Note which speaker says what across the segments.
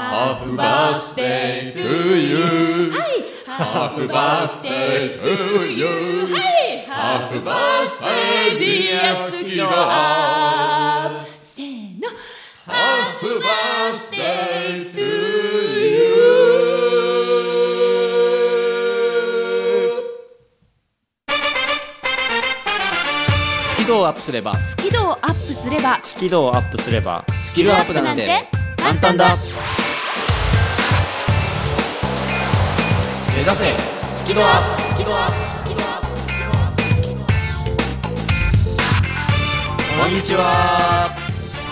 Speaker 1: Happy birthday to you.
Speaker 2: はい
Speaker 1: Happy birthday to you.
Speaker 2: はい
Speaker 1: Happy birthday, dear 月
Speaker 2: せー
Speaker 1: 川
Speaker 2: の
Speaker 1: Happy birthday to you.
Speaker 3: スキルをアップすれば
Speaker 2: スキルをアップすればス
Speaker 4: スキルをアップすれば
Speaker 3: スキルアップなんて簡単だ目指せスキルアップスキルアップスキルアップこんにちは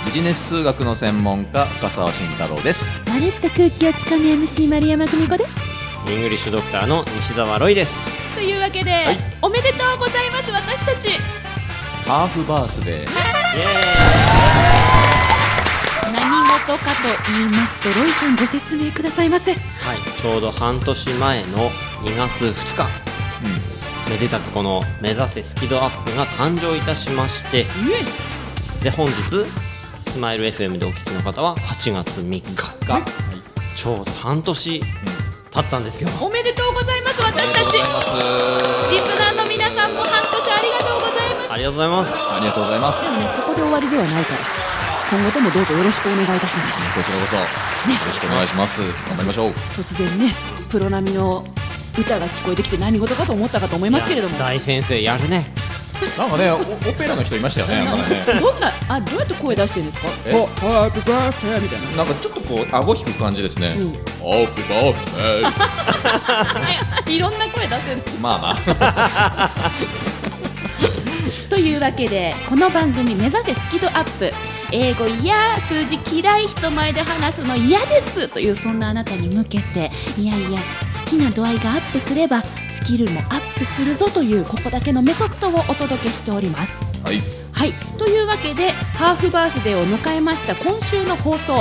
Speaker 3: ビジネス数学の専門家深澤慎太郎です
Speaker 2: まるっと空気をつかむ MC 丸山久美子です
Speaker 4: イングリッシュドクターの西澤ロイです
Speaker 2: というわけで、
Speaker 3: い
Speaker 2: おめでとうございます私たち
Speaker 3: ハーフバースデー
Speaker 4: イエ
Speaker 2: 何事かと言いますとロイさんご説明くださいませ
Speaker 4: ーイはいちょうど半年前の2月2日めでたくこの「目指せスキルアップ」が誕生いたしましてで本日スマイル FM でお聞きの方は8月3日
Speaker 3: が、はい
Speaker 4: ちょうど半年経ったんですよ
Speaker 2: おめでとうございます私たちリスナーの皆さんも半年ありがとうございます
Speaker 4: ありがとうございます
Speaker 3: ありがとうございます
Speaker 5: でもね、ここで終わりではないから、今後ともどうぞよろしくお願いいたします。
Speaker 3: こちらこそよろしくお願いします頑張りましょう
Speaker 5: 突然ね、プロ並みの歌が聞こえてきて何事かと思ったかと思いますけれども、
Speaker 4: い
Speaker 5: ど
Speaker 4: や大先生やるね
Speaker 3: なんかねオペラの人いましたよねなんかね
Speaker 5: んな、あ、どうやって声出してるんですか
Speaker 3: え
Speaker 5: お、ハッピーバースデーみたいな。
Speaker 3: なんかちょっとこう顎引く感じですね。
Speaker 5: うん
Speaker 3: オープンバースデー。
Speaker 2: ねいろんな声出せる
Speaker 3: まあまあ。
Speaker 2: というわけでこの番組「目指せスキドアップ」英語や数字嫌い人前で話すの嫌ですというそんなあなたに向けていやいや好きな度合いがアップすればスキルもアップするぞというここだけのメソッドをお届けしております。
Speaker 3: はい。
Speaker 2: はいというわけでハーフバースデーを迎えました今週の放送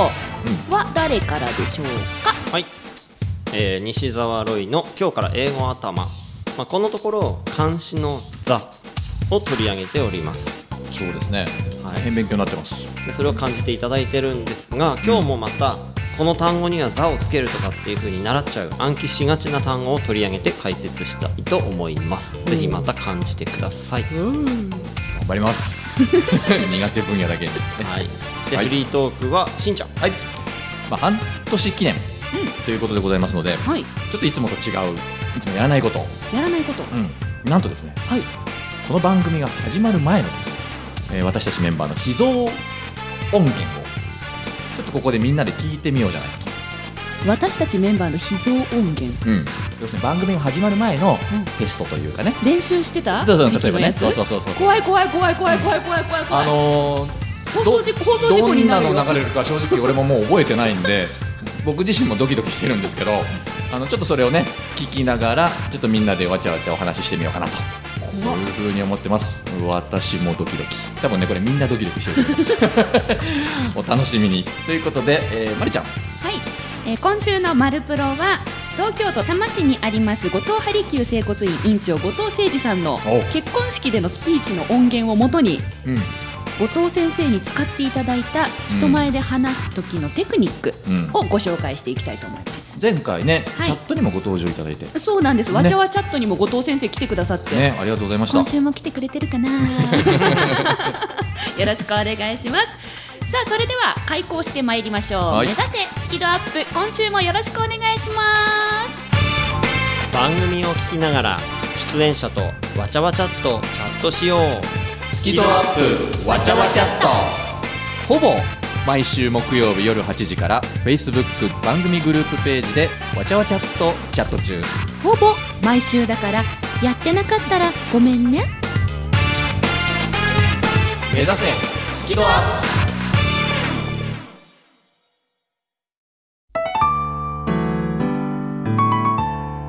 Speaker 2: は誰からでしょうか、
Speaker 4: はい、えー西澤ロイの「今日から英語頭」まあ、このところ漢詩の「座」を取り上げております
Speaker 3: そうですね。
Speaker 4: はい
Speaker 3: 大変勉強になってます。
Speaker 4: でそれを感じていただいてるんですが今日もまたこの単語には「座」をつけるとかっていう風に習っちゃう暗記しがちな単語を取り上げて解説したいと思いますぜひまた感じてください、
Speaker 3: 頑張ります。苦手分野だけに。
Speaker 4: はい、で、
Speaker 3: はい
Speaker 4: フリートークはしんちゃん
Speaker 3: はい。まあ半年記念ということでございますので、
Speaker 2: はい、
Speaker 3: ちょっといつもと違う、いつもやらないこと。
Speaker 2: やらないこと
Speaker 3: うん。なんとですね、
Speaker 2: はい
Speaker 3: この番組が始まる前のですね、えー私たちメンバーの秘蔵音源をちょっとここでみんなで聞いてみようじゃないかと。
Speaker 5: 私たちメンバーの秘蔵音源、
Speaker 3: うん、要するに番組が始まる前
Speaker 5: う
Speaker 3: の
Speaker 5: ん
Speaker 3: テストというかね、
Speaker 5: 練習してた
Speaker 3: そうそう
Speaker 5: 時期
Speaker 3: 例えば
Speaker 5: の
Speaker 3: ね
Speaker 5: やつ
Speaker 3: そうそうそうそう
Speaker 5: 怖い怖い怖い怖い怖い怖い怖い怖
Speaker 3: あ
Speaker 5: い。
Speaker 3: の
Speaker 5: 放送事故、放送事
Speaker 3: ど
Speaker 5: 故
Speaker 3: ん
Speaker 5: にな
Speaker 3: な
Speaker 5: るよ。
Speaker 3: の流れるか正直俺ももう覚えてないんで僕自身もドキドキしてるんですけどあのちょっとそれをね聞きながらちょっとみんなでわちゃわちゃお話ししてみようかなとこういうふうに思ってます私もドキドキ多分ねこれみんなドキドキしてると思 いますお楽しみにということで、えー、まりちゃん
Speaker 2: はい、えー今週の「マルプロは東京都多摩市にあります後藤ハリキュー整骨院院長後藤誠二さんの
Speaker 3: お
Speaker 2: 結婚式でのスピーチの音源をもとに
Speaker 3: うん
Speaker 2: 後藤先生に使っていただいた人前で話す時のテクニック
Speaker 3: うん
Speaker 2: をご紹介していきたいと思います。
Speaker 3: 前回ね、
Speaker 2: はい
Speaker 3: チャットにもご登場いただいて
Speaker 2: そうなんです、
Speaker 3: ね
Speaker 2: わちゃわチャットにも後藤先生来てくださって、
Speaker 3: ねありがとうございました
Speaker 2: 今週も来てくれてるか なよろしくお願いしますさあそれでは開講してまいりましょう、
Speaker 3: はい
Speaker 2: 目指せスキドアップ今週もよろしくお願いします
Speaker 4: 番組を聞きながら出演者とわちゃわちゃっとチャットしよう
Speaker 3: スキドアップわちゃわちゃっとほぼ毎週木曜日夜8時から Facebook 番組グループページでわちゃわちゃっとチャット中
Speaker 2: ほぼ毎週だからやってなかったらごめんね
Speaker 3: 目指せスキドアッ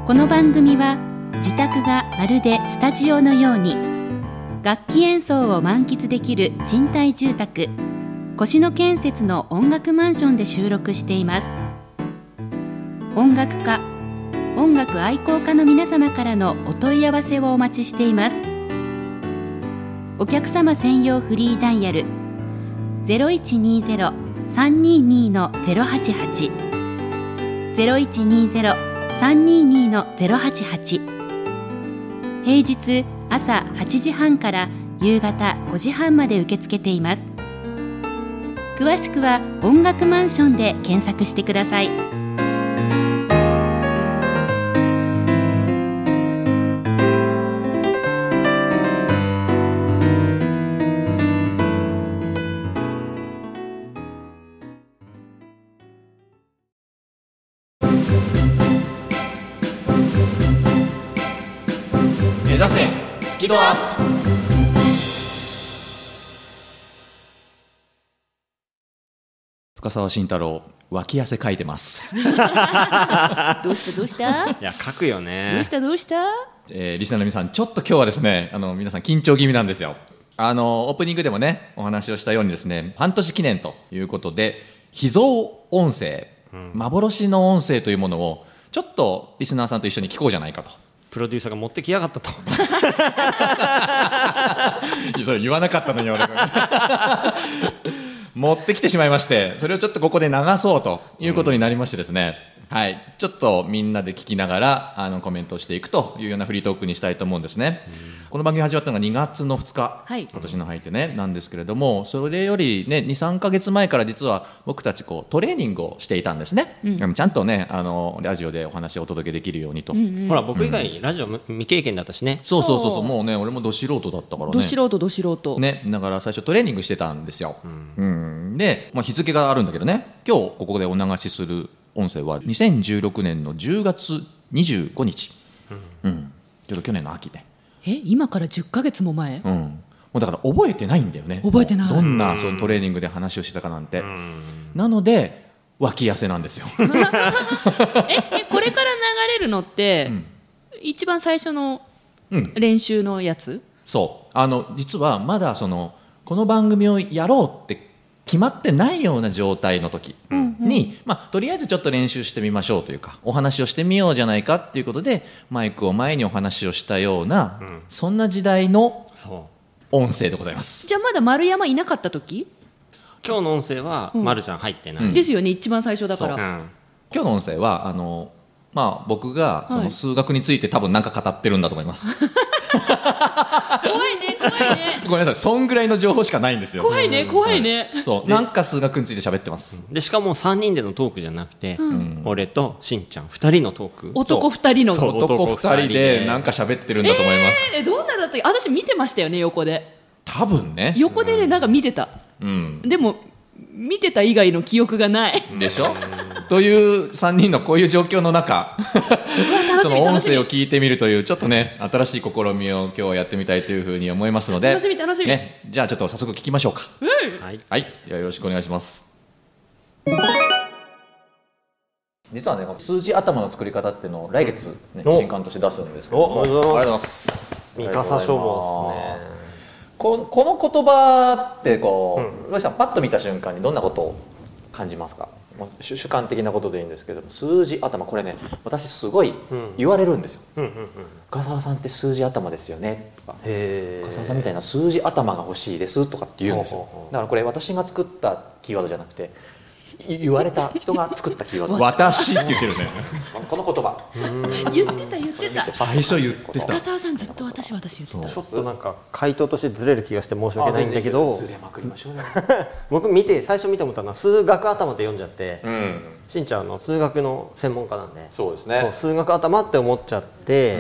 Speaker 2: この番組は自宅がまるでスタジオのように楽器演奏を満喫できる賃貸住宅腰の建設の音楽マンションで収録しています音楽家音楽愛好家の皆様からのお問い合わせをお待ちしていますお客様専用フリーダイヤル0120-322-088
Speaker 6: 0120-322-088平日朝8時半から夕方5時半まで受け付けています詳しくは音楽マンションで検索してください
Speaker 3: 目指せスキドアップ深澤慎太郎脇汗かいてます、
Speaker 6: どうしたどうした
Speaker 4: いや書くよ
Speaker 6: ど
Speaker 4: ね
Speaker 6: うしたどうした
Speaker 3: えー、リスナーの皆さんちょっと今日はですねあの皆さん緊張気味なんですよあのオープニングでもねお話をしたようにですね半年記念ということで秘蔵音声、幻の音声というものをちょっとリスナーさんと一緒に聞こうじゃない かと
Speaker 4: プロデューサーが持ってきやがったと
Speaker 3: いやそれ言わなかったのに俺が持ってきてしまいましてそれをちょっとここで流そうということになりましてですね、はいちょっとみんなで聞きながらあのコメントをしていくというようなフリートークにしたいと思うんですね、この番組始まったのが2月の2日、
Speaker 6: はい
Speaker 3: 今年の入ってねなんですけれどもそれよりね23か月前から実は僕たちこうトレーニングをしていたんですね、でもちゃんとねあのラジオでお話をお届けできるようにと、
Speaker 4: ほら僕以外ラジオむ未経験だったしね
Speaker 3: そうそうそうそうもうね俺もど素人だったからね
Speaker 2: ど素人ど素人、
Speaker 3: ね、だから最初トレーニングしてたんですよ、うんで、まあ、日付があるんだけどね今日ここでお流しする音声は2016年の10月25日、うんちょっと去年の秋で、
Speaker 2: え今から10ヶ月も前
Speaker 3: うん、もうだから覚えてないんだよね
Speaker 2: 覚えてない
Speaker 3: もうどんなそのトレーニングで話をしてたかなんて、なので脇汗なんですよ
Speaker 2: ええこれから流れるのって、一番最初の
Speaker 3: うん
Speaker 2: 練習のやつ、
Speaker 3: そうあの実はまだそのこの番組をやろうって決まってないような状態の時に、まあ、とりあえずちょっと練習してみましょうというかお話をしてみようじゃないかっていうことでマイクを前にお話をしたような、そんな時代の
Speaker 4: そう
Speaker 3: 音声でございます。
Speaker 2: じゃあまだ丸山いなかった時、
Speaker 4: 今日の音声は、まるちゃん入ってない、
Speaker 3: う
Speaker 4: うんん
Speaker 2: ですよね一番最初だから
Speaker 3: 今日の音声はあのまあ、僕がそ
Speaker 2: は
Speaker 3: の
Speaker 2: い
Speaker 3: 数学について多分何か語ってるんだと思います、
Speaker 2: 怖いね怖いね
Speaker 3: ごめんなさいそんぐらいの情報しかないんですよ
Speaker 2: 怖いね怖いね、
Speaker 3: そうなんか数学について喋ってます
Speaker 4: でしかも3人でのトークじゃなくて、俺としんちゃん2人のトーク
Speaker 2: 男二人の
Speaker 4: そう
Speaker 3: 男2人でなんか喋ってるんだと思います、
Speaker 2: えどんなだったっけ私見てましたよね横で
Speaker 3: 多分ね
Speaker 2: 横でねなんか見てた、
Speaker 3: うん
Speaker 2: でも見てた以外の記憶がない
Speaker 3: でしょという3人のこういう状況の中
Speaker 2: 楽しみ
Speaker 3: その音
Speaker 2: 楽しみ
Speaker 3: 声を聞いてみるというちょっとね新しい試みを今日はやってみたいというふうに思いますので
Speaker 2: 楽しみ楽しみ
Speaker 3: ね、じゃあちょっと早速聞きましょうか
Speaker 4: はい、
Speaker 3: はいではよろしくお願いします実はねこの数字頭の作り方っていうのを来月、ね、
Speaker 4: お
Speaker 3: 新刊として出すんですけども
Speaker 4: お
Speaker 3: あ
Speaker 4: おめ
Speaker 3: り
Speaker 4: で
Speaker 3: が
Speaker 4: と
Speaker 3: とうご
Speaker 4: うご
Speaker 3: ざ
Speaker 4: ざい
Speaker 3: い
Speaker 4: ま
Speaker 3: ます
Speaker 4: 三笠消防ですね
Speaker 3: ここの言葉ってこう、ロイさんパッと見た瞬間にどんなことを感じますかもう主主観的なことでいいんですけど数字頭これね私すごい
Speaker 4: ん
Speaker 3: 言われるんですよ
Speaker 4: うんうんうん
Speaker 3: 「深澤さんって数字頭ですよね」とか「
Speaker 4: へ
Speaker 3: 深澤さんみたいな数字頭が欲しいです」とかって言うんですよ
Speaker 4: ほうほうほう
Speaker 3: だからこれ私が作ったキーワードじゃなくてい言われた人が作ったキーワード
Speaker 7: 私って言ってるね
Speaker 3: この言葉
Speaker 2: 言ってた言ってた
Speaker 7: 最初言ってた
Speaker 2: 深澤さんずっと私私言ってた
Speaker 4: ちょっとなんか回答としてずれる気がして申し
Speaker 3: あ
Speaker 4: 訳ないんだけど
Speaker 3: ずれまくりましょうよ
Speaker 4: 僕見て最初見て思ったのは数学頭って読んじゃって、
Speaker 3: うん
Speaker 4: しんちゃんあの数学の専門家なんで
Speaker 3: そうです
Speaker 4: そう
Speaker 3: ね
Speaker 4: 数学頭って思っちゃって、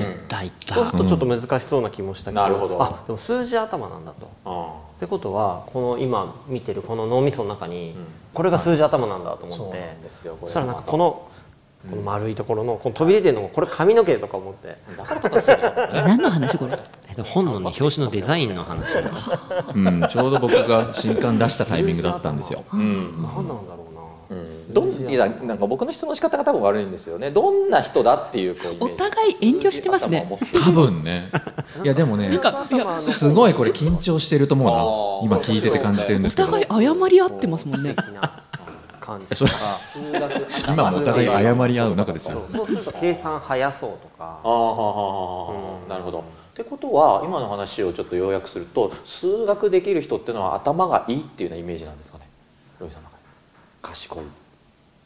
Speaker 4: そうするとちょっと難しそうな気もしたけど,、
Speaker 3: なるほど
Speaker 4: あでも数字頭なんだと。っ
Speaker 3: あ
Speaker 4: てことはこの今見てるこの脳みその中にこれが数字頭なんだと思って、
Speaker 3: そうなんですよこれ
Speaker 4: そしたらなんかこのこの丸いところのこの飛び出てるのがこれ髪の毛とか思 って
Speaker 3: あだから正しいのかもね
Speaker 2: 何の話これ
Speaker 4: 本のね表紙のデザインの話
Speaker 7: うんちょうど僕が新刊出したタイミングだったんですよ
Speaker 4: 何なんだろうな、
Speaker 3: どんいやなんか僕の質問の仕方が多分悪いんですよね。どんな人だっていうこうイメージ
Speaker 2: お互い遠慮してますね
Speaker 3: 頭を持って
Speaker 7: 多分ねいやでもね
Speaker 2: なんかいや
Speaker 7: すごいこれ緊張してると
Speaker 3: あ
Speaker 7: 思
Speaker 3: ー
Speaker 7: うな今聞いてて感じてるんで
Speaker 2: お
Speaker 7: すけど
Speaker 2: 互い謝り合ってますもんね
Speaker 4: 的な感 じ
Speaker 7: それ
Speaker 3: 数学頭
Speaker 7: 今もお互い謝り合う中です
Speaker 4: そう
Speaker 7: よ
Speaker 4: そうすると計算早そうとか
Speaker 3: あーはあはあはあなるほど。ってことは今の話をちょっと要約すると数学できる人っていうのは頭がいいっていうようなイメージなんですかね。ロイさんの中で賢い。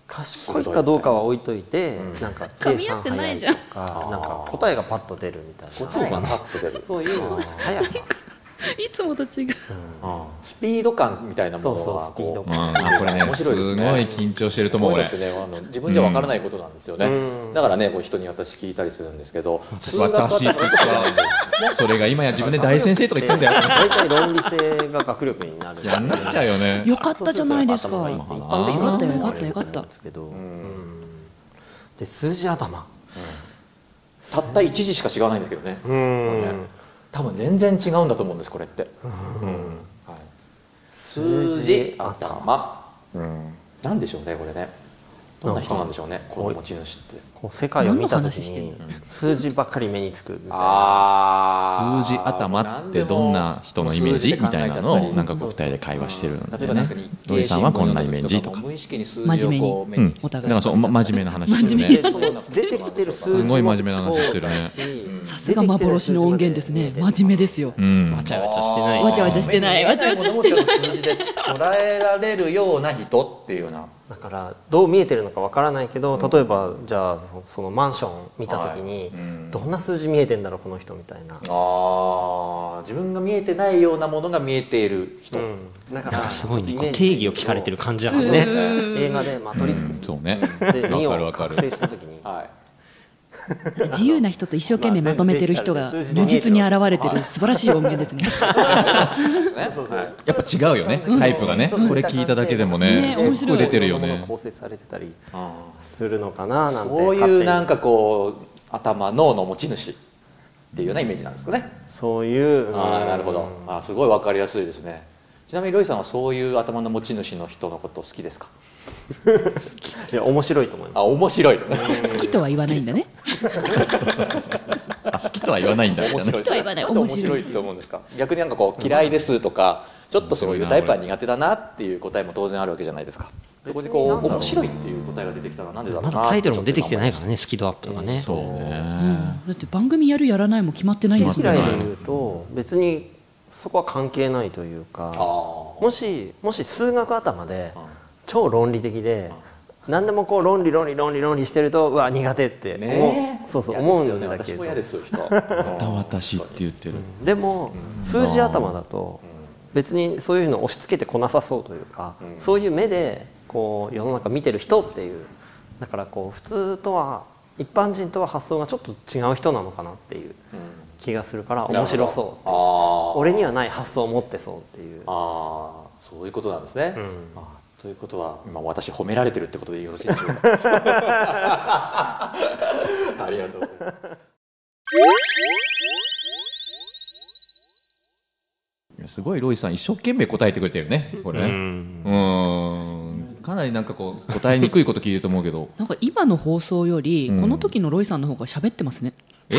Speaker 4: 賢いかどうかは置いといて、なんか計
Speaker 2: み合
Speaker 4: 算
Speaker 2: ってな
Speaker 4: 早
Speaker 2: い
Speaker 4: い
Speaker 2: じゃん
Speaker 4: とかなんか答えがパッと出るみたいな
Speaker 8: 答えがパッと出る
Speaker 4: そういうのは速さ
Speaker 2: いつもと違う。
Speaker 8: スピード感みたいなものは
Speaker 4: そうそうスピード感
Speaker 3: うんあこれね
Speaker 8: 面
Speaker 3: す
Speaker 8: 白いですね
Speaker 3: ごい緊張してると思
Speaker 8: こ
Speaker 3: う
Speaker 8: ういうの
Speaker 3: 俺
Speaker 8: ってねあの自分じゃわからないことなんですよね、だからねこう人に私聞いたりするんですけど数学は
Speaker 3: 私とかそれが今や自分で大先生とか言ってん だよ
Speaker 4: 大体論理性が学力になる
Speaker 3: いやんなっちゃうよね
Speaker 2: よかったじゃないですか。よ
Speaker 4: 一
Speaker 2: か
Speaker 4: 般的
Speaker 2: った
Speaker 4: に
Speaker 2: よかったよかった
Speaker 4: で。すけど、で数字頭
Speaker 8: たった1字しか違わないんですけどね、
Speaker 4: うん
Speaker 8: 多分全然違うんだと思うんですこれって、はい、数字頭、なんでしょうねこれねどんな人なんでしょうねこの持ち主って
Speaker 4: こう世界を見た
Speaker 2: 何の
Speaker 4: 時
Speaker 2: 話してん
Speaker 4: に数字ばっかり目につくみたいな
Speaker 8: あー
Speaker 3: 数字頭ってどんな人のイメージみたいなのをなんかこう二人で会話してるんだ
Speaker 8: 例え
Speaker 3: よ
Speaker 8: ばなんか
Speaker 3: ね
Speaker 8: 日
Speaker 3: 土井
Speaker 8: 経
Speaker 3: さ
Speaker 8: 新
Speaker 3: ん
Speaker 8: 聞
Speaker 3: はこんな
Speaker 8: 読
Speaker 3: イ
Speaker 8: ん
Speaker 3: メ
Speaker 8: だ
Speaker 3: ー
Speaker 8: 時
Speaker 3: ジ
Speaker 8: と
Speaker 3: と
Speaker 8: か
Speaker 3: か
Speaker 8: もう無意識に数字をこう目
Speaker 3: う
Speaker 8: に
Speaker 3: ん
Speaker 8: つけて
Speaker 3: だからそうま真面目な話ですよ
Speaker 4: で
Speaker 3: ね
Speaker 4: その出てきてる数字
Speaker 3: す
Speaker 4: も
Speaker 3: ごい真面目な話してるね
Speaker 2: さすが幻の音源ですね。真面目ですよ
Speaker 3: う。ん
Speaker 4: わちゃわちゃしてない
Speaker 2: わちゃわちゃしてない。わちゃわちゃしてない。
Speaker 8: ない数字で捉えられるような人っていうような
Speaker 4: だからどう見えてるのかわからないけど例えばじゃあそそのマンション見た時にどんな数字見えてんだろうこの人みたいな、
Speaker 8: あー自分が見えてないようなものが見えている人、
Speaker 4: だから
Speaker 8: す
Speaker 4: ごい
Speaker 8: ねこう
Speaker 4: 定義を聞かれてる感じだからね映画で「マトリックス」
Speaker 3: そうね
Speaker 4: で
Speaker 3: わ
Speaker 4: 2
Speaker 3: かるわ
Speaker 4: を
Speaker 3: かる
Speaker 4: 覚醒した時に
Speaker 8: はい
Speaker 2: 自由な人と一生懸命まとめてる人が如実に現れてる素晴らしい音源 ですね。
Speaker 4: そうそうそう
Speaker 3: やっぱ違うよねタイプがね
Speaker 4: ちょっと
Speaker 3: これ聞いただけでも
Speaker 2: ね
Speaker 3: ね
Speaker 2: 面白い
Speaker 3: 出てるよ
Speaker 4: いろんなものが
Speaker 3: ね
Speaker 4: 構成されてたりするのかななんて
Speaker 8: そういうなん
Speaker 4: か
Speaker 8: かこう頭脳の持ち主っていうようなイメージなんですかね、
Speaker 4: そういううん
Speaker 8: ああなるほどあーすごいわかりやすいですねちなみにロイさんはそういう頭の持ち主の人のこと好きですか
Speaker 4: いや面白いと思います
Speaker 8: あ面白いとね
Speaker 2: 好きとは言わないんだね。
Speaker 3: あ好きとは言わないんだみ
Speaker 8: 面
Speaker 3: たいな
Speaker 8: 白い
Speaker 2: とは言わない
Speaker 8: なんで面白いって思うんですか逆になんかこう嫌いですとかちょっとそういうタイプは苦手だなっていう答えも当然あるわけじゃないですかそこでこう面白いっていう答えが出てきたらなんでだろうな
Speaker 4: ないからねスキドアップとかね
Speaker 3: そうね
Speaker 2: だって番組やるやらないも決まってないんで
Speaker 4: 好
Speaker 2: す
Speaker 4: き
Speaker 2: もん
Speaker 4: 嫌
Speaker 2: ね。
Speaker 4: いで言うと別にそこは関係ないというか
Speaker 8: あ
Speaker 4: もしもし数学頭で超論理的で何でもこう論理論理論理論理してるとうわ苦手って
Speaker 8: あ
Speaker 4: 思うそうそう思うんだけ
Speaker 8: 私
Speaker 4: ど
Speaker 8: も嫌で すよ人
Speaker 3: また私って言ってる
Speaker 4: でも数字頭だと別にそういうのを押し付けてこなさそうというかそういう目でこう世の中見てる人っていうだからこう普通とは一般人とは発想がちょっと違う人なのかなっていう気がするから面白そうっていう
Speaker 8: あ
Speaker 4: 俺にはない発想を持ってそうっていう
Speaker 8: ああーそういうことなんですね、あーということは今私褒められてるってことでよろしいでしょうかありがとうございます
Speaker 3: すごいロイさん一生懸命答えてくれてるねこれねうんかなりなんかこう答えにくいこと聞いてると思うけど
Speaker 2: なんか今の放送より、この時のロイさんの方が喋ってますね。
Speaker 4: い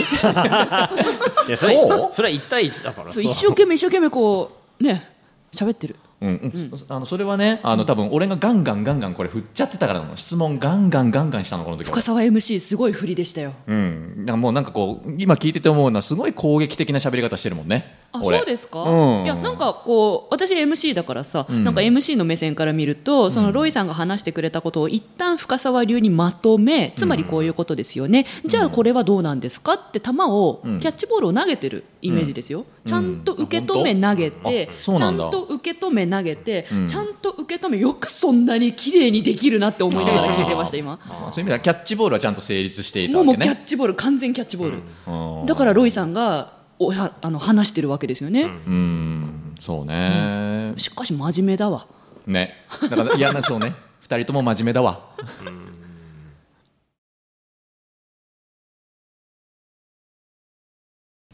Speaker 4: やそれそれは1対1だから
Speaker 2: そう一生懸命一生懸命こうね喋ってる。
Speaker 3: うんそあのそれはねあの多分俺がガンガンガンガンこれ振っちゃってたからなの質問ガンガンガンガンしたのこの時は
Speaker 2: 深沢 MC すごい振りでしたよ。
Speaker 3: うんだからもうなんかこう今聞いてて思うのはすごい攻撃的な喋り方してるもんね
Speaker 2: あ
Speaker 3: 俺
Speaker 2: そうですか、
Speaker 3: うん
Speaker 2: いやなんかこう私 MC だからさ、なんか MC の目線から見るとそのロイさんが話してくれたことを一旦深沢流にまとめつまりこういうことですよね、じゃあこれはどうなんですかって球をキャッチボールを投げてるイメージですよ、ちゃんと受け止め投げて、
Speaker 3: あそう
Speaker 2: ち
Speaker 3: な
Speaker 2: ゃ
Speaker 3: ん
Speaker 2: ん
Speaker 3: だ
Speaker 2: と受け止め投げて、
Speaker 3: ん
Speaker 2: ちゃんと受け止めよくそんなに綺麗にできるなって思いながら聞いてました今
Speaker 3: まあそういう意味ではキャッチボールはちゃんと成立していた
Speaker 2: もう
Speaker 3: わ
Speaker 2: も
Speaker 3: け
Speaker 2: うキャ
Speaker 3: ね
Speaker 2: ッチボール完全キャッチボール、
Speaker 3: うん
Speaker 2: だからロイさんがおはあの話してるわけですよね、
Speaker 3: うんそうね
Speaker 2: しかし真面目だわ
Speaker 3: ねだからいやなそうね 二人とも真面目だわ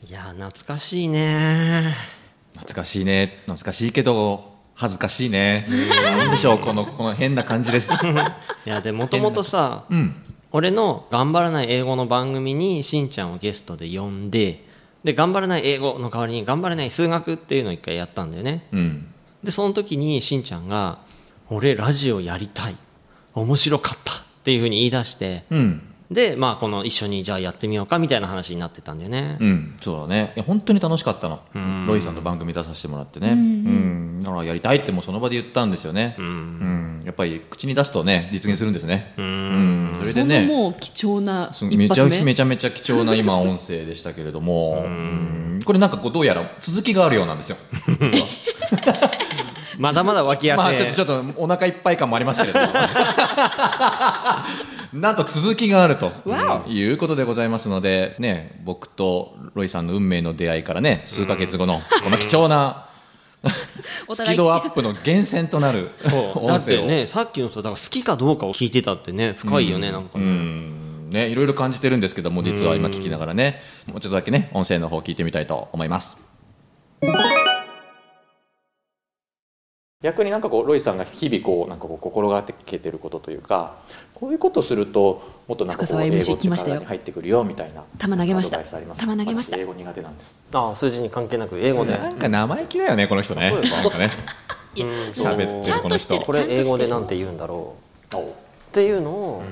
Speaker 4: いや懐かしいね
Speaker 3: 懐かしいね懐かしいけど恥ずかしいねなんでしょうこのこの変な感じ です
Speaker 4: いやでもともとさ
Speaker 3: うん
Speaker 4: 俺の「頑張らない英語」の番組にしんちゃんをゲストで呼んでで「頑張らない英語」の代わりに「頑張らない数学」っていうのを一回やったんだよね
Speaker 3: うん
Speaker 4: でその時にしんちゃんが「俺ラジオやりたい面白かった」っていうふうに言い出して
Speaker 3: うん
Speaker 4: でまあこの一緒にじゃあやってみようかみたいな話になってたんだよね
Speaker 3: うんそうだねいや本当に楽しかったの、ロイさんの番組出させてもらってねうんだからやりたいってもうその場で言ったんですよねうん、ややっぱり口に出すとね実現するんですねうんそれで
Speaker 2: その
Speaker 3: ね
Speaker 2: もう貴重な
Speaker 3: すめ
Speaker 2: 一
Speaker 3: ちゃ
Speaker 2: 発目
Speaker 3: めちゃめちゃ貴重な今音声でしたけれどもうんこれなんかこうどうやら続きがあるようなんですよ
Speaker 4: まだまだ脇
Speaker 3: ま
Speaker 4: 汗
Speaker 3: あちょっとちょっとお腹いっぱい感もありますけれ どもなんと続きがあると
Speaker 2: わ
Speaker 3: いうことでございますのでね僕とロイさんの運命の出会いからね数ヶ月後のこの貴重な
Speaker 2: お
Speaker 3: スキ
Speaker 2: 互い
Speaker 3: ドアップの源泉となる
Speaker 4: そうだ
Speaker 3: 音
Speaker 4: って
Speaker 3: 声を
Speaker 4: ねさっきのさだから好きかどうかを聞いてたってね深いよね、なんかね、
Speaker 3: ね、いろいろ感じてるんですけども実は今聞きながらねもうちょっとだけね音声の方聞いてみたいと思います
Speaker 8: 逆になんかこうロイさんが日々こうなんかこう心がけてることというかこういうことするともっとなんかこう
Speaker 2: 深澤
Speaker 8: 英
Speaker 2: MC
Speaker 8: 語って
Speaker 2: 来ました
Speaker 8: 体
Speaker 2: よ
Speaker 8: に入ってくるよみたいな
Speaker 2: 球投げました
Speaker 8: アドバイスあります
Speaker 2: 球投げました
Speaker 8: 私英語苦手なんです
Speaker 4: ああ数字に関係なく英語で、
Speaker 3: なんか生意気だよねこの人ねなんかね喋ってるこの人
Speaker 4: これ英語でなんて言うんだろ
Speaker 8: おう
Speaker 4: うっていうのを、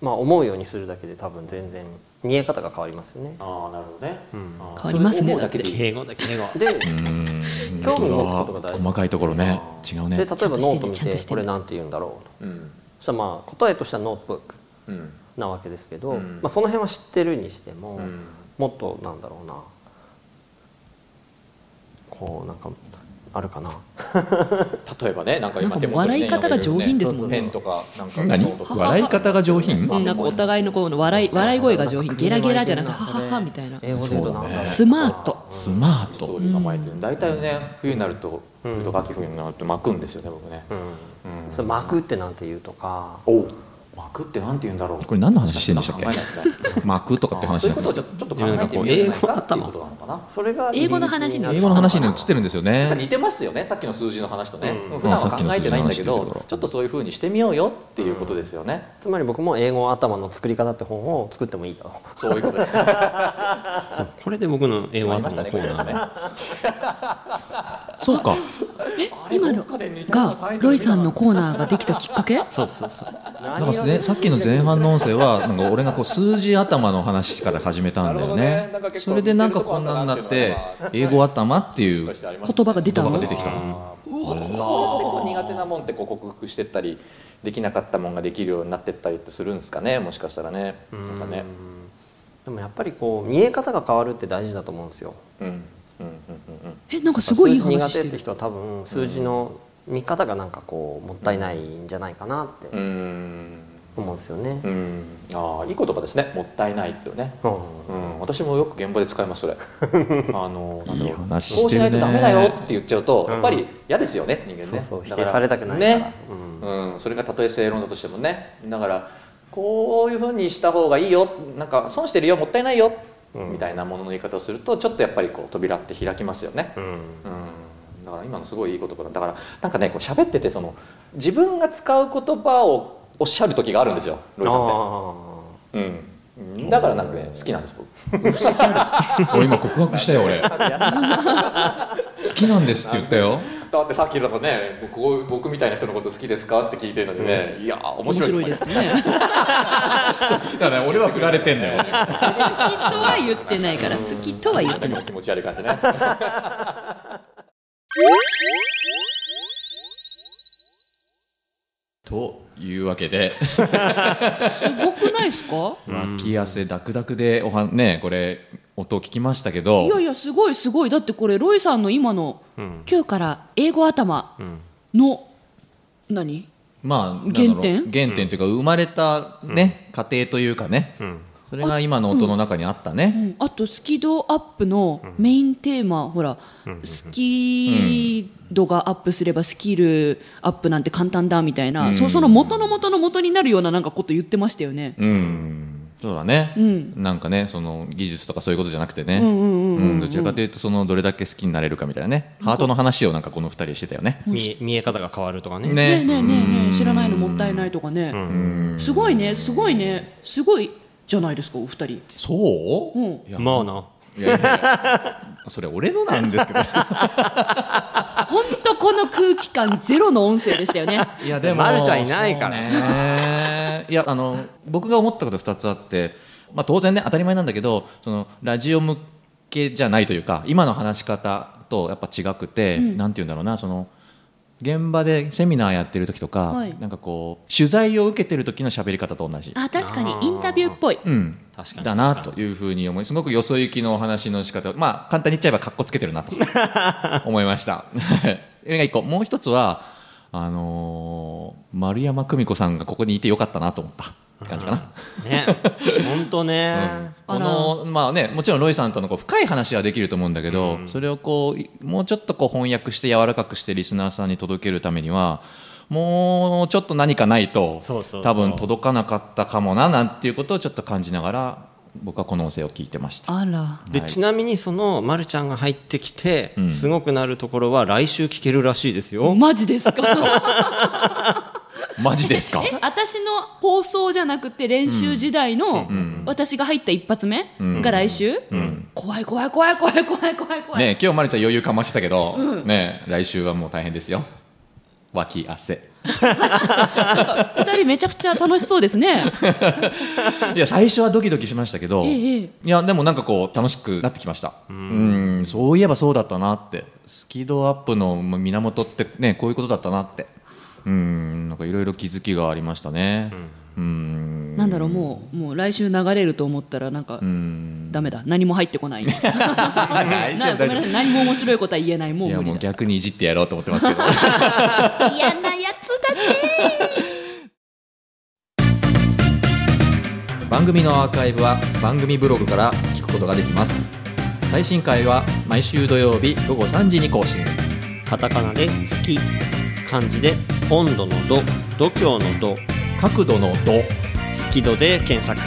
Speaker 4: まあ、思うようにするだけで多分全然見え方が変わりますよね
Speaker 8: ああなるほどね、あー
Speaker 2: 変わりますね
Speaker 8: それ思うだけでいい
Speaker 4: 語だ敬語で 興味持つことが大
Speaker 3: 細
Speaker 4: 事
Speaker 3: かいところね違う
Speaker 4: で例
Speaker 3: ね
Speaker 4: えばノート見
Speaker 2: ちゃんとしてねちゃんと
Speaker 4: て
Speaker 2: してね
Speaker 4: これなんて言うんだろうと
Speaker 8: うん
Speaker 4: そしたらまあ答えとしてはノートブック
Speaker 8: うん
Speaker 4: なわけですけど、
Speaker 8: うん
Speaker 4: まあ、その辺は知ってるにしても、
Speaker 8: ん
Speaker 4: もっとなんだろうなこうなんかあるかな
Speaker 8: 例えばねなんか今手元に、ね、
Speaker 2: 笑い方が上品ですもんね
Speaker 8: ペンとかなんか
Speaker 3: 何
Speaker 8: ノートとか
Speaker 3: 笑い方が上品
Speaker 2: うんなんかお互いのこう笑い笑い声が上品ゲラゲラじゃなくてはははみたいな
Speaker 4: 英語で言うとなんだろう
Speaker 2: スマート
Speaker 3: スマー
Speaker 8: スト
Speaker 3: ト
Speaker 8: ーリー構えてる大体ね冬になると冬とか秋冬になると巻くんですよね僕ね、
Speaker 4: うんそれ巻くってなんて言うとか
Speaker 8: おう巻くってなんて言うんだろう
Speaker 3: これ何の話してるんでしたっ
Speaker 8: 考えない
Speaker 3: け
Speaker 8: ですね
Speaker 3: 膜とかって
Speaker 8: あー
Speaker 3: 話
Speaker 8: そう
Speaker 3: じ
Speaker 8: い
Speaker 3: ゃな
Speaker 8: うこと
Speaker 3: く
Speaker 8: を
Speaker 3: て
Speaker 8: ちょちょっと考えてみようじゃないかっていうことなのかな
Speaker 4: それが
Speaker 2: 英語の話になる
Speaker 3: 英語の話に移ってるんですよ
Speaker 8: なんか
Speaker 3: ね
Speaker 8: 似てますよねさっきの数字の話とね、
Speaker 3: ん
Speaker 8: 普段は考えてないんだけ
Speaker 3: うんさっきの数字の話聞いてる
Speaker 8: ど
Speaker 3: から
Speaker 8: ちょっとそういうふうにしてみようよっていうことですよね、
Speaker 4: つまり僕も英語頭の作り方って本を作ってもいいと
Speaker 8: そういうことで
Speaker 4: これで僕の英
Speaker 8: 決まりましたねこれですね
Speaker 3: そうか
Speaker 2: 今のがロイさんのコーナーができたきっかけ
Speaker 3: そうそうそうなんかねさっきの前半の音声はなんか俺がこう数字頭の話から始めたんだよ
Speaker 8: なるほど
Speaker 3: ね
Speaker 8: ねなんか結構
Speaker 3: それでなんかこんなになって英語頭っていう言
Speaker 8: あります
Speaker 2: 言葉が出た
Speaker 3: 葉が
Speaker 2: の
Speaker 3: 出てきた
Speaker 8: そうやってこう苦手なもんってこう克服してったりできなかったもんができるようになってったりってするんですかねもしかしたらねなんかね
Speaker 4: でもやっぱりこう見え方が変わるって大事だと思うんですよ
Speaker 8: うん
Speaker 2: えなんかすごいいい
Speaker 4: 数字苦
Speaker 2: 話
Speaker 4: 手
Speaker 2: して
Speaker 4: って
Speaker 2: る
Speaker 4: 人は多分数字の見方がなんかこうもったいないんじゃないかなって
Speaker 8: うーん
Speaker 4: 思うんですよね、
Speaker 8: うーんああいい言葉ですねもったいないっていうね
Speaker 4: うん
Speaker 8: うん、私もよく現場で使いますそ れあのなんだろう
Speaker 3: 話してるね
Speaker 8: こうしないとダメだよって言っちゃうと、やっぱり嫌ですよね人間ね
Speaker 4: そうそう
Speaker 8: だか
Speaker 4: 否
Speaker 8: ら
Speaker 4: 定されたくないから
Speaker 8: ねうんそれがたとえ正論だとしてもねだからこういうふうにした方がいいよなんか損してるよもったいないよ、みたいなものの言い方をするとちょっとやっぱりこう扉って開きますよね、うんだから今のすごいいい言葉だだからなんかねこう喋っててその自分が使う言葉をおっしゃる時があるんですよロイさんって。
Speaker 4: あ
Speaker 8: うん、だからなんかね好きなんです僕
Speaker 3: 俺今告白したよ俺好きなんですって言ったよ
Speaker 8: だってさっきのね僕僕みたいな人のこと好きですかって聞いてるのでね、いやー面
Speaker 2: 面
Speaker 8: 白い
Speaker 2: 白いですねきっ
Speaker 3: だから俺は振られてんだよ
Speaker 2: とは言ってないから好きとは言ってない
Speaker 8: なんか気持ち悪い感じね
Speaker 3: というわけです
Speaker 2: ごくないですか
Speaker 3: 脇汗ダクダクでおはねこれ音を聞きましたけど
Speaker 2: いやいやすごいすごいだってこれロイさんの今の今日から英語頭の何
Speaker 3: まあなんだろう
Speaker 2: 原点
Speaker 3: 原点というか生まれたね、家庭というかね、それが今の音の中にあったね、
Speaker 2: うんあとスキドアップのメインテーマ、ほら、スキー度がアップすればスキルアップなんて簡単だみたいな、そその元の元の元になるようななんかこと言ってましたよね。
Speaker 3: うん、そうだね、
Speaker 2: ん
Speaker 3: なんかねその技術とかそういうことじゃなくてね、うん
Speaker 2: うん
Speaker 3: どちらかというとそのどれだけ好きになれるかみたいなねハートの話をなんかこの2人してたよね。
Speaker 4: あ見え見え方が変わるとかね
Speaker 2: ね
Speaker 3: ね
Speaker 2: えねえねえねえ知らないのもったいないとかね、すごいねすごいねすごいじゃないですかお二人。
Speaker 3: そう、
Speaker 2: うん
Speaker 3: いや
Speaker 4: まあない
Speaker 3: やいやいやそれ俺のなんですけど
Speaker 2: 本当この空気感ゼロの音声でしたよね。
Speaker 3: いやでも
Speaker 4: マルちゃんいないから
Speaker 3: そうねいやあの僕が思ったこと2つあって、まあ、当然ね当たり前なんだけどそのラジオ向けじゃないというか今の話し方とやっぱ違くて、なんて言うんだろうなその現場でセミナーやってる時とか、
Speaker 2: はい
Speaker 3: なんかこう取材を受けてる時の喋り方と同じ、
Speaker 6: あ確かにインタビューっぽい
Speaker 3: うん、
Speaker 4: 確かに
Speaker 3: だなというふうに思いすごくよそ行きのお話の仕方まあ簡単に言っちゃえばかっこつけてるな と思いました。 それが一個もう一つはあのー丸山久美子さんがここにいてよかったなと思ったって感じかな。
Speaker 4: ね本当ね、
Speaker 3: このまあね、もちろんロイさんとのこう深い話はできると思うんだけど、それをこういもうちょっとこう翻訳して柔らかくしてリスナーさんに届けるためにはもうちょっと何かないと
Speaker 4: そうそうそう
Speaker 3: 多分届かなかったかもななんていうことをちょっと感じながら僕はこの音声を聞いてました。
Speaker 2: あら
Speaker 4: で
Speaker 3: はい
Speaker 4: ちなみにそのまるちゃんが入ってきて、
Speaker 3: ん
Speaker 4: すごくなるところは来週聞けるらしいですよ、
Speaker 2: マジですか
Speaker 3: マジですか
Speaker 2: え私の放送じゃなくて練習時代の私が入った一発目が来週、怖い怖い怖い怖い怖い怖い怖い、
Speaker 3: ねえ今日まるちゃん余裕かましてたけど、ねえ来週はもう大変ですよ脇汗
Speaker 2: 二人めちゃくちゃ楽しそうで すね
Speaker 3: いや最初はドキドキしましたけど、
Speaker 2: ええ
Speaker 3: いやでもなんかこう楽しくなってきましたうんそういえばそうだったなってスキードアップの源ってねこういうことだったなってうんなんかいろいろ気づきがありましたね うん
Speaker 2: なんだろうもうもう来週流れると思ったらなんかダメだ何も入ってこな い
Speaker 3: 大
Speaker 2: なごめんなさい何も面白いことは言えないも
Speaker 3: いうや
Speaker 2: 無
Speaker 3: も
Speaker 2: 理
Speaker 3: う
Speaker 2: だ
Speaker 3: 逆にいじってやろうと思ってますけど
Speaker 6: 嫌なやつだね
Speaker 3: 番組のアーカイブは番組ブログから聞くことができます最新回は毎週土曜日午後3時に更新
Speaker 4: カタカナで「好き」漢字で「温度の度」「度胸の度」
Speaker 3: 角度の度
Speaker 4: 「好き度」で検索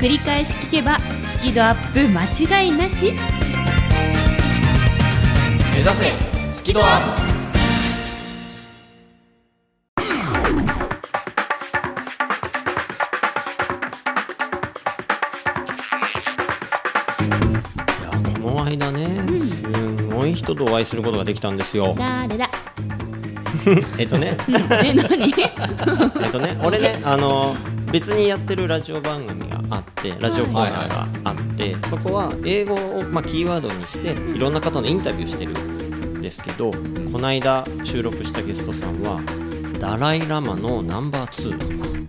Speaker 6: 繰り返し聞けばスキドアップ間違いなし
Speaker 3: 目指せスキドアップ
Speaker 4: いやこの間ねすごい人とお会いすることができたんですよ
Speaker 6: 誰だ
Speaker 4: えっと ね
Speaker 2: え何
Speaker 4: えっとね、俺ね、あの別にやってるラジオ番組があって、ラジオコーナーがあって、そこは英語を、まあ、キーワードにして、いろんな方のインタビューしてるんですけど、この間収録したゲストさんは、ダライ・ラマのナンバー2、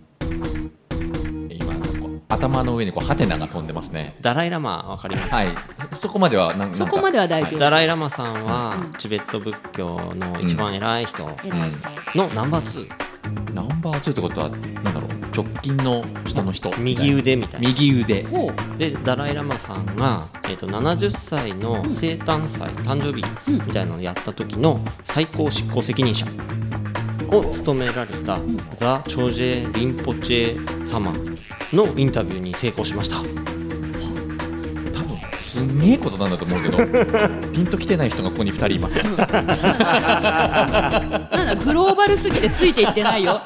Speaker 3: 今なんかこう頭の上にこうハテナが飛んでますね
Speaker 4: ダライ・ラマ、わかりますか、
Speaker 3: はいそこまではなん
Speaker 2: そこまでは大丈夫、
Speaker 4: ダライ・ラマさんは、チベット仏教の一番偉い人
Speaker 3: 夫、
Speaker 4: のナンバー
Speaker 3: うんナンバー2ってことはなんだろう直近の下の人
Speaker 4: 2、右腕みたいな。
Speaker 3: 右腕
Speaker 2: ほう
Speaker 4: でダライ・ラマさんが、えー、と70歳の生誕祭、誕生日みたいなのをやった時の最高執行責任者を務められた、ザ・チョジェ・リンポチェ様のインタビューに成功しました
Speaker 3: 多分すんげえことなんだと思 うけどピンときてない人がここに2人います
Speaker 2: なんだグローバルすぎてついていってないよ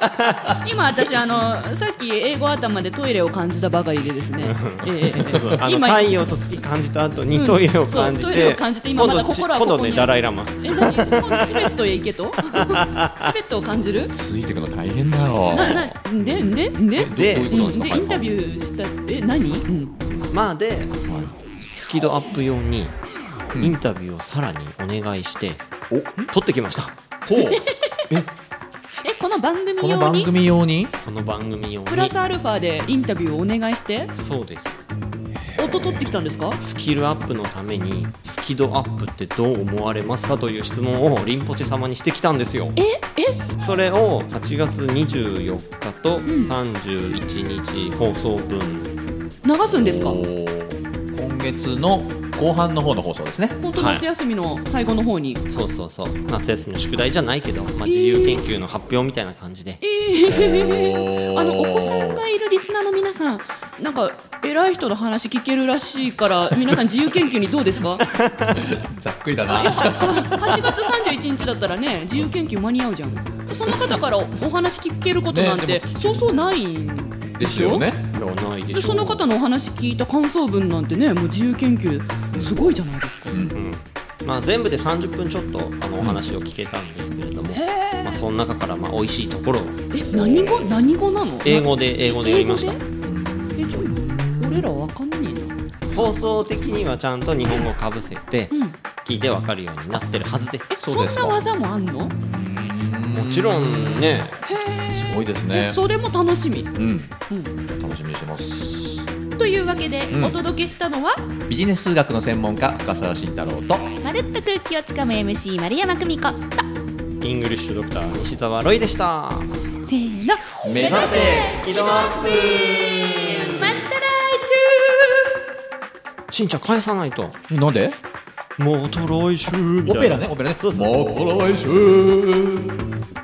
Speaker 2: 今私あのさっき英語頭でトイレを感じたばかりでですね、 ええ
Speaker 4: あの
Speaker 2: 今
Speaker 4: 太陽と月感じた後にトイレを感じ
Speaker 2: そうトイレ
Speaker 4: て
Speaker 2: を感じて今まだ
Speaker 4: 今度ち
Speaker 2: 心は
Speaker 4: 今
Speaker 2: ここに
Speaker 4: 度ねダライ・ラマ
Speaker 2: え何今度チベットへ行けと チベットを感じる
Speaker 3: ついてくの大変だよ
Speaker 2: なんでんでんで
Speaker 3: ど
Speaker 4: で
Speaker 3: どういうことなんです
Speaker 2: うん
Speaker 3: か
Speaker 2: でインタビューしたえ何、うん、
Speaker 4: まあでスキドアップ用にインタビューをさらにお願いして、撮ってきました
Speaker 3: ほう
Speaker 2: えこの番組
Speaker 3: この
Speaker 2: 用
Speaker 3: 番
Speaker 2: に
Speaker 3: 組用に
Speaker 4: この番組用に
Speaker 2: プラスアルファでインタビューをお願いして
Speaker 4: そうです
Speaker 2: 音取ってきたんですか
Speaker 4: スキルアップのためにスキドアップってどう思われますかという質問をリンポチェ様にしてきたんですよええそれを8月24日と31日放送分、
Speaker 2: 流すんですか
Speaker 3: おー今月の後半の方の放送ですね
Speaker 2: 本当夏休みの最後の方に、
Speaker 4: そうそうそう夏休みの宿題じゃないけど、まあ、自由研究の発表みたいな感じ で、
Speaker 2: あのお子さんがいるリスナーの皆さん、なんか偉い人の話聞けるらしい から、皆さん自由研究にどうですか？
Speaker 3: ざっくりだな
Speaker 2: 8月31日だったらね、自由研究間に合うじゃん。そんな方からお話聞けることなんて、
Speaker 3: ねで
Speaker 2: そうそうないんで
Speaker 3: ですす
Speaker 2: よ
Speaker 3: よね
Speaker 4: いやないでし
Speaker 2: で
Speaker 4: ょ
Speaker 2: その方のお話聞いた感想文なんてね、もう自由研究すごいじゃないですか。
Speaker 4: まあ、全部で30分ちょっとあのお話を聞けたんですけれども、
Speaker 2: へ
Speaker 4: まあ、その中からまあ美味しいところを
Speaker 2: え、何語何語なの？
Speaker 4: 英語で英語でやりました
Speaker 2: 英語で。え、ちょ俺らわかんねえな。
Speaker 4: 放送的にはちゃんと日本語かぶせて
Speaker 2: うん。
Speaker 4: 聞いてわかるようになってるはずです
Speaker 2: え、そんな技もあんの？
Speaker 4: もちろんね
Speaker 3: すごいですね
Speaker 2: それも楽しみ。
Speaker 3: うん、楽しみにしてます
Speaker 2: というわけで、
Speaker 3: ん
Speaker 2: お届けしたのは
Speaker 3: ビジネス数学の専門家深澤慎太郎と
Speaker 6: まるっと空気をつかむ MC 丸山久美子と
Speaker 4: イングリッシュドクター西澤ロイでした
Speaker 6: せーの
Speaker 3: 目指せ
Speaker 4: スキドアップ
Speaker 6: また来週
Speaker 4: しんちゃん返さないと
Speaker 3: なんで
Speaker 4: また来週みたいな
Speaker 3: オペラねオペラね
Speaker 4: そうそう
Speaker 3: また来週